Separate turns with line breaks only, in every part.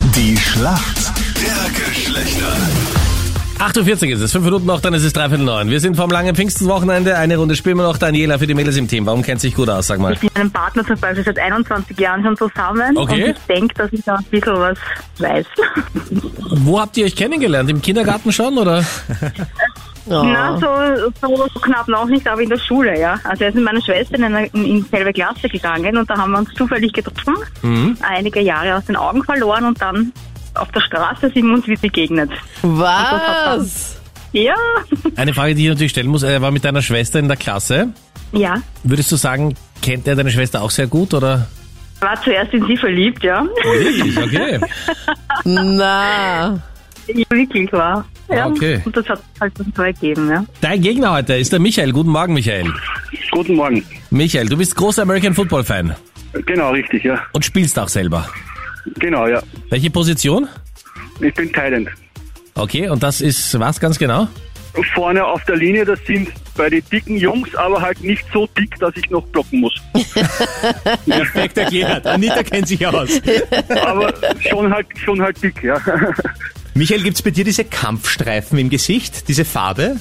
Die Schlacht der Geschlechter.
48 ist es, fünf Minuten noch, dann ist es dreiviertel neun. Wir sind vom langen Pfingstenwochenende, eine Runde spielen wir noch. Daniela für die Mädels im Team, warum kennt sich gut aus, sag mal.
mit meinem Partner zum Beispiel seit 21 Jahren schon zusammen.
Okay.
Und ich denke, dass ich da ein bisschen was weiß.
Wo habt ihr euch kennengelernt? Im Kindergarten schon, oder?
Na, so, so knapp noch nicht, aber in der Schule, ja. Also er ist mit meiner Schwester in, eine, in dieselbe Klasse gegangen und da haben wir uns zufällig getroffen,
Mhm.
einige Jahre aus den Augen verloren und dann auf der Straße sind wir uns wieder begegnet.
Was?
Ja,
Eine Frage, die ich natürlich stellen muss, er war mit deiner Schwester in der Klasse.
ja.
Würdest du sagen, kennt er deine Schwester auch sehr gut, oder?
War zuerst in sie verliebt, ja.
Okay.
Na,
Ja, wirklich war. Ja.
Okay.
Und das hat halt so ergeben, ja.
Dein Gegner heute ist der Michael. Guten Morgen, Michael.
Guten Morgen.
Michael, du bist großer American Football Fan
Genau, richtig, ja.
und spielst auch selber.
Genau, ja.
Welche Position?
Ich bin Thailand.
Okay, und das ist was ganz genau?
Vorne auf der Linie, das sind bei den dicken Jungs, aber halt nicht so dick, dass ich noch blocken muss.
Perfekt erklärt. Anita kennt sich aus.
Aber schon halt, schon halt dick, ja.
Michael, gibt's bei dir diese Kampfstreifen im Gesicht? Diese Farbe?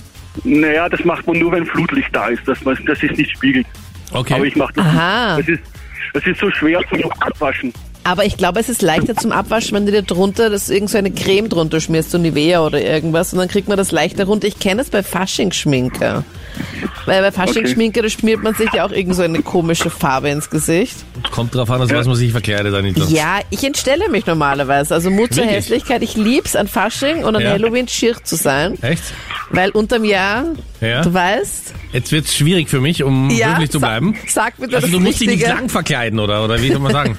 Naja, das macht man nur, wenn Flutlicht da ist, dass man, das ist nicht spiegelt.
Okay.
Aber ich mache das
Aha.
nicht. Das ist, das ist so schwer zum Abwaschen.
aber ich glaube, es ist leichter zum Abwaschen, wenn du dir drunter das irgend so eine Creme drunter schmierst, so Nivea oder irgendwas, und dann kriegt man das leichter runter. Ich kenne das bei Faschingsschminke. Weil bei Faschingsschminke, da schmiert man sich ja auch irgend so eine komische Farbe ins Gesicht.
Kommt drauf an, als was man sich verkleidet, Anita.
Ja, ich entstelle mich normalerweise. Also Mut zur
Wirklich?
Hässlichkeit. Ich lieb's an Fasching und an
Ja.
Halloween schier zu sein.
Echt?
Weil unterm Jahr,
Ja.
du weißt,
Jetzt wird's schwierig für mich, um
ja,
wirklich zu
sa-
bleiben.
Sag mir
Also
das
du musst dich nicht
Richtige.
lang verkleiden, oder? Oder wie soll man sagen?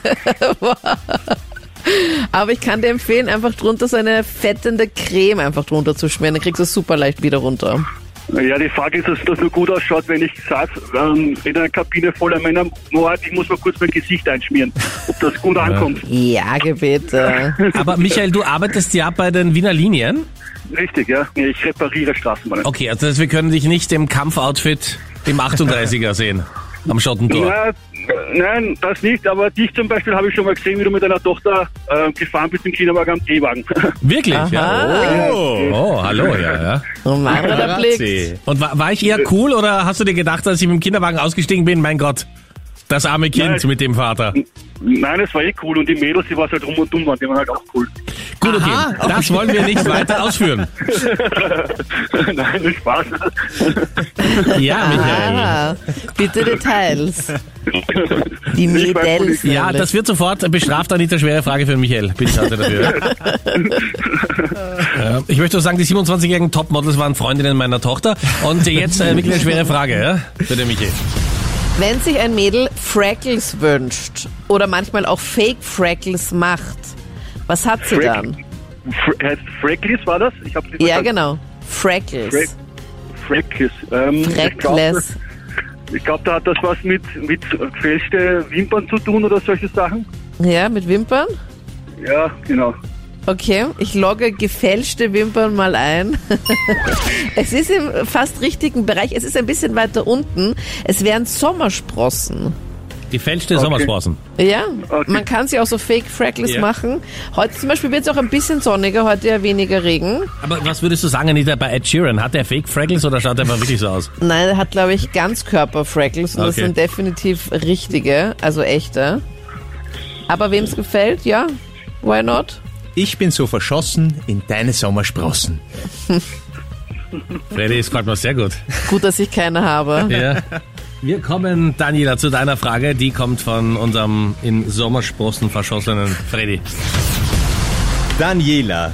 Aber ich kann dir empfehlen, einfach drunter so eine fettende Creme einfach drunter zu schmieren. Dann kriegst du es super leicht wieder runter.
Ja, die Frage ist, dass das nur gut ausschaut, wenn ich saß ähm, in einer Kabine voller Männer. Moat, ich muss mal kurz mein Gesicht einschmieren, ob das gut ankommt.
Ja, Gebete.
Aber Michael, du arbeitest ja bei den Wiener Linien.
Richtig, ja. Ich repariere Straßenbahnen.
Okay, also das, wir können dich nicht im Kampfoutfit im 38er sehen. Am Schottentor.
Na, nein, das nicht, aber dich zum Beispiel habe ich schon mal gesehen, wie du mit deiner Tochter äh, gefahren bist im Kinderwagen am T-Wagen.
Wirklich? Ja.
Oh.
Oh, hallo, ja, ja.
Oh Mann, der Blick.
Paparazzi.
Und war, war ich eher cool oder hast du dir gedacht, als ich mit dem Kinderwagen ausgestiegen bin, mein Gott, das arme Kind
Nein.
mit dem Vater?
nein, das war eh cool und die Mädels, die war halt rum und dumm waren, die waren halt auch cool.
Gut, okay. Das wollen wir nicht weiter ausführen.
nein, das Spaß.
Ja, Michael.
Ah, bitte Details. Die
Ich weiß, wo
Mädels.
die-
Ja, das wird sofort bestraft, Anita. Schwere Frage für Michael. Bitte danke dafür. Ja, ich möchte nur sagen, die 27-jährigen Topmodels waren Freundinnen meiner Tochter. Und jetzt äh, wirklich eine schwere Frage, ja? Bitte, Michael.
Wenn sich ein Mädel Freckles wünscht oder manchmal auch Fake Freckles macht, was hat sie
Freck-
dann?
Fr- heißt Frecklis äh, war das? Ich hab's nicht
Ja,
verstanden.
genau.
Freck,
Freckles.
Frecklis. Ähm, ich glaube,
Freckles.
ich glaub, da hat das was mit, mit gefälschte Wimpern zu tun oder solche Sachen.
Ja, mit Wimpern?
Ja, genau.
Okay, ich logge gefälschte Wimpern mal ein. es ist im fast richtigen Bereich. Es ist ein bisschen weiter unten. Es wären Sommersprossen.
Gefälschte Sommersprossen.
Ja,
Okay.
man kann sie auch so Fake Freckles
Ja.
machen. Heute zum Beispiel wird es auch ein bisschen sonniger, heute ja weniger Regen.
Aber was würdest du sagen, Anita, bei Ed Sheeran? Hat er Fake Freckles oder schaut er einfach wirklich so aus?
Nein, er hat glaube ich Ganzkörper Freckles und das
Okay.
sind definitiv richtige, also echte. Aber wem's gefällt, ja, why not?
Ich bin so verschossen in deine Sommersprossen.
Freddy, das gefällt mir sehr gut.
Gut, dass ich keine habe.
Ja. Wir kommen, Daniela, zu deiner Frage. Die kommt von unserem in Sommersprossen verschossenen Freddy.
Daniela.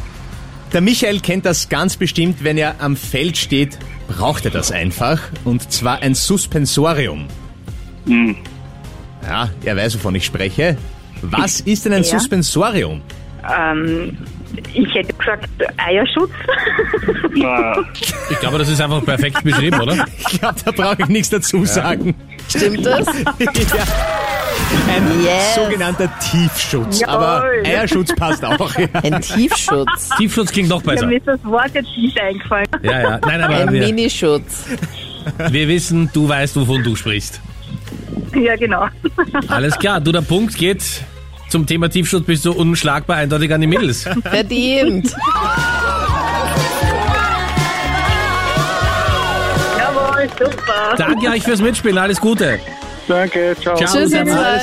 Der Michael kennt das ganz bestimmt, wenn er am Feld steht, braucht er das einfach. Und zwar ein Suspensorium. Ja, er weiß, wovon ich spreche. Was ist denn ein
Ja.
Suspensorium?
Ähm, ich hätte gesagt Eierschutz.
Na,
Ich glaube, das ist einfach perfekt beschrieben, oder?
Ich glaube, da brauche ich nichts dazu sagen.
Stimmt das?
ja. Ein
Yes.
sogenannter Tiefschutz.
Jawohl.
Aber Eierschutz passt auch. Ja.
Ein Tiefschutz,
Tiefschutz klingt noch
Ja,
besser.
mir ist das Wort jetzt nicht eingefallen.
Ja, ja. Nein,
ein
aber wir,
Minischutz.
wir wissen, du weißt, wovon du sprichst.
Ja, genau.
Alles klar, du, der Punkt geht Zum Thema Tiefschutz bist du unschlagbar eindeutig an die Mädels.
Verdient.
Jawohl, super.
Danke euch fürs Mitspielen. Alles Gute.
Danke, ciao.
Tschüss, jetzt mal.